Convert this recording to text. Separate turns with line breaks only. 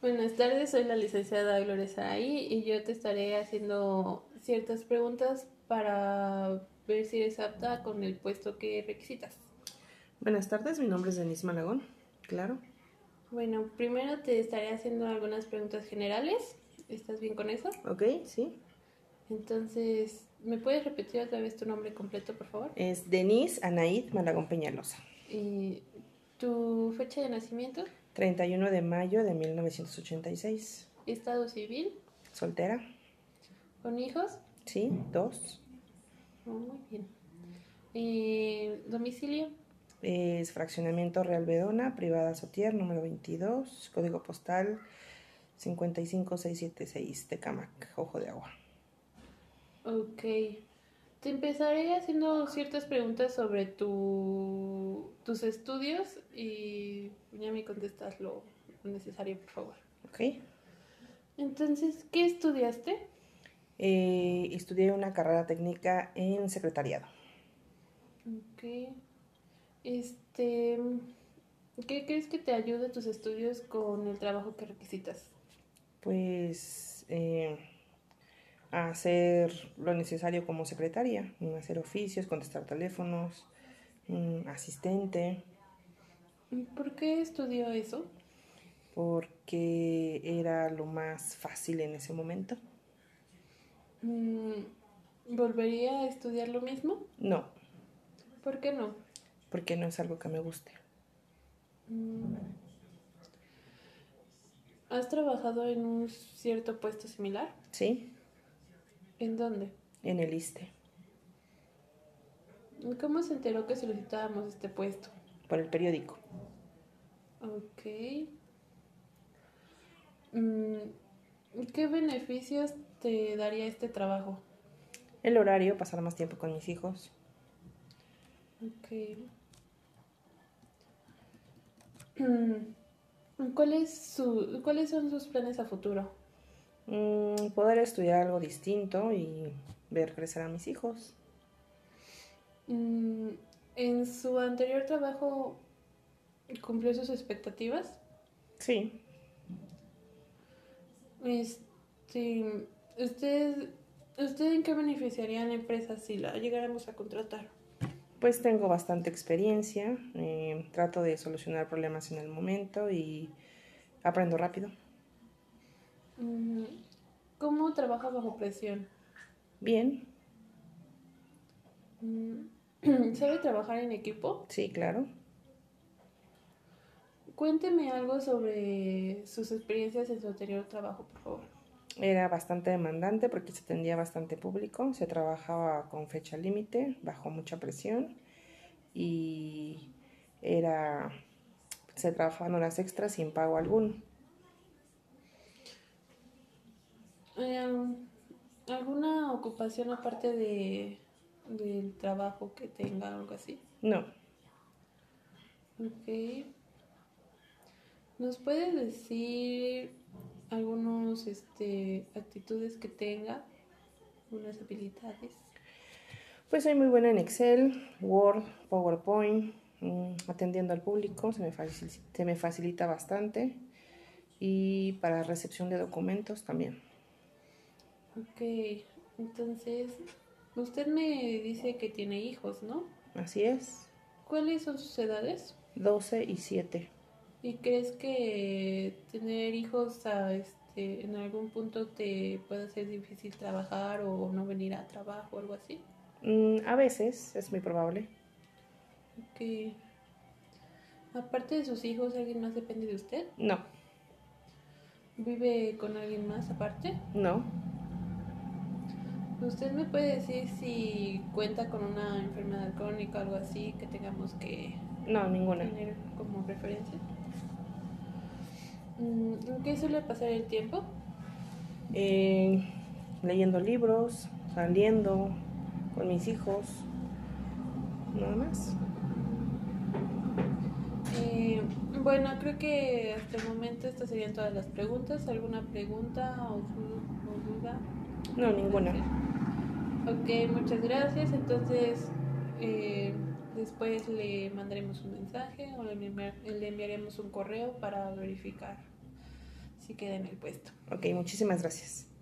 Buenas tardes, soy la licenciada Gloria Saraí y yo te estaré haciendo ciertas preguntas para ver si eres apta con el puesto que requisitas.
Buenas tardes, mi nombre es Denise Malagón. Claro.
Bueno, primero te estaré haciendo algunas preguntas generales. ¿Estás bien con eso?
Ok, sí.
Entonces, ¿me puedes repetir otra vez tu nombre completo, por favor?
Es Denise Anaid Malagón Peñalosa.
Y tu fecha de nacimiento,
31 de mayo de 1986.
estado civil,
Soltera.
con hijos.
Sí, dos.
Oh, muy bien. Eh, domicilio,
Es fraccionamiento Real Bedona, privada Sotier, número 22, código postal 55676, Tecamac, Ojo de Agua.
Ok. Te empezaré haciendo ciertas preguntas sobre tu, tus estudios y ya me contestas lo necesario, por favor.
Ok.
Entonces, ¿qué estudiaste?
Eh, estudié una carrera técnica en secretariado.
Ok. Este, ¿qué crees que te ayuda tus estudios con el trabajo que requisitas?
Pues eh, a hacer lo necesario como secretaria, mm, hacer oficios, contestar teléfonos, mm, asistente,
¿Por qué estudió eso?
porque era lo más fácil en ese momento.
Mm, ¿Volvería a estudiar lo mismo?
No,
¿Por qué no?
porque no es algo que me guste.
Mm. ¿Has trabajado en un cierto puesto similar?
Sí,
¿En dónde?
en el ISTE,
¿Cómo se enteró que solicitábamos este puesto?
por el periódico.
Ok. Mm, ¿Qué beneficios te daría este trabajo?
El horario, pasar más tiempo con mis hijos.
Ok. Mm, ¿Cuál es su- ¿Cuáles son sus planes a futuro?
Mm, poder estudiar algo distinto y ver crecer a mis hijos.
Mm, ¿En su anterior trabajo cumplió sus expectativas?
Sí,
Este, ¿usted, ¿Usted en qué beneficiaría a la empresa si la llegáramos a contratar?
Pues tengo bastante experiencia, eh, trato de solucionar problemas en el momento y aprendo rápido.
Mm, ¿Cómo trabaja bajo presión?
Bien,
Mm, ¿Sabe trabajar en equipo?
sí, claro.
Cuénteme algo sobre sus experiencias en su anterior trabajo, por favor.
Era bastante demandante porque se atendía bastante público, se trabajaba con fecha límite, bajo mucha presión y era se trabajaban horas extras sin pago alguno.
Eh, ¿Alguna ocupación aparte de, del trabajo que tenga, algo así?
No,
Ok. ¿Nos puedes decir algunos este, actitudes que tenga? Unas habilidades.
pues soy muy buena en Excel, Word, PowerPoint, mm, atendiendo al público, se me, facil- se me facilita bastante y para recepción de documentos también.
Ok. Entonces, usted me dice que tiene hijos, ¿no?
Así es,
¿Cuáles son sus edades?
12 y 7.
¿Y crees que tener hijos a, este, en algún punto te puede ser difícil trabajar o no venir a trabajo o algo así?
Mm, a veces es muy probable.
Ok. Aparte de sus hijos, ¿alguien más depende de usted?
No,
¿Vive con alguien más aparte?
no,
¿Usted me puede decir si cuenta con una enfermedad crónica o algo así que tengamos que
no, ninguna.
tener como referencia? Mm, ¿En qué suele pasar el tiempo?
Eh, leyendo libros, saliendo con mis hijos, nada más.
Eh, bueno, creo que hasta el momento estas serían todas las preguntas. ¿Alguna pregunta o, du- o duda?
No, ninguna.
Ok, muchas gracias. Entonces, eh, después le mandaremos un mensaje o le, enviar- le enviaremos un correo para verificar si queda en el puesto.
Ok, muchísimas gracias.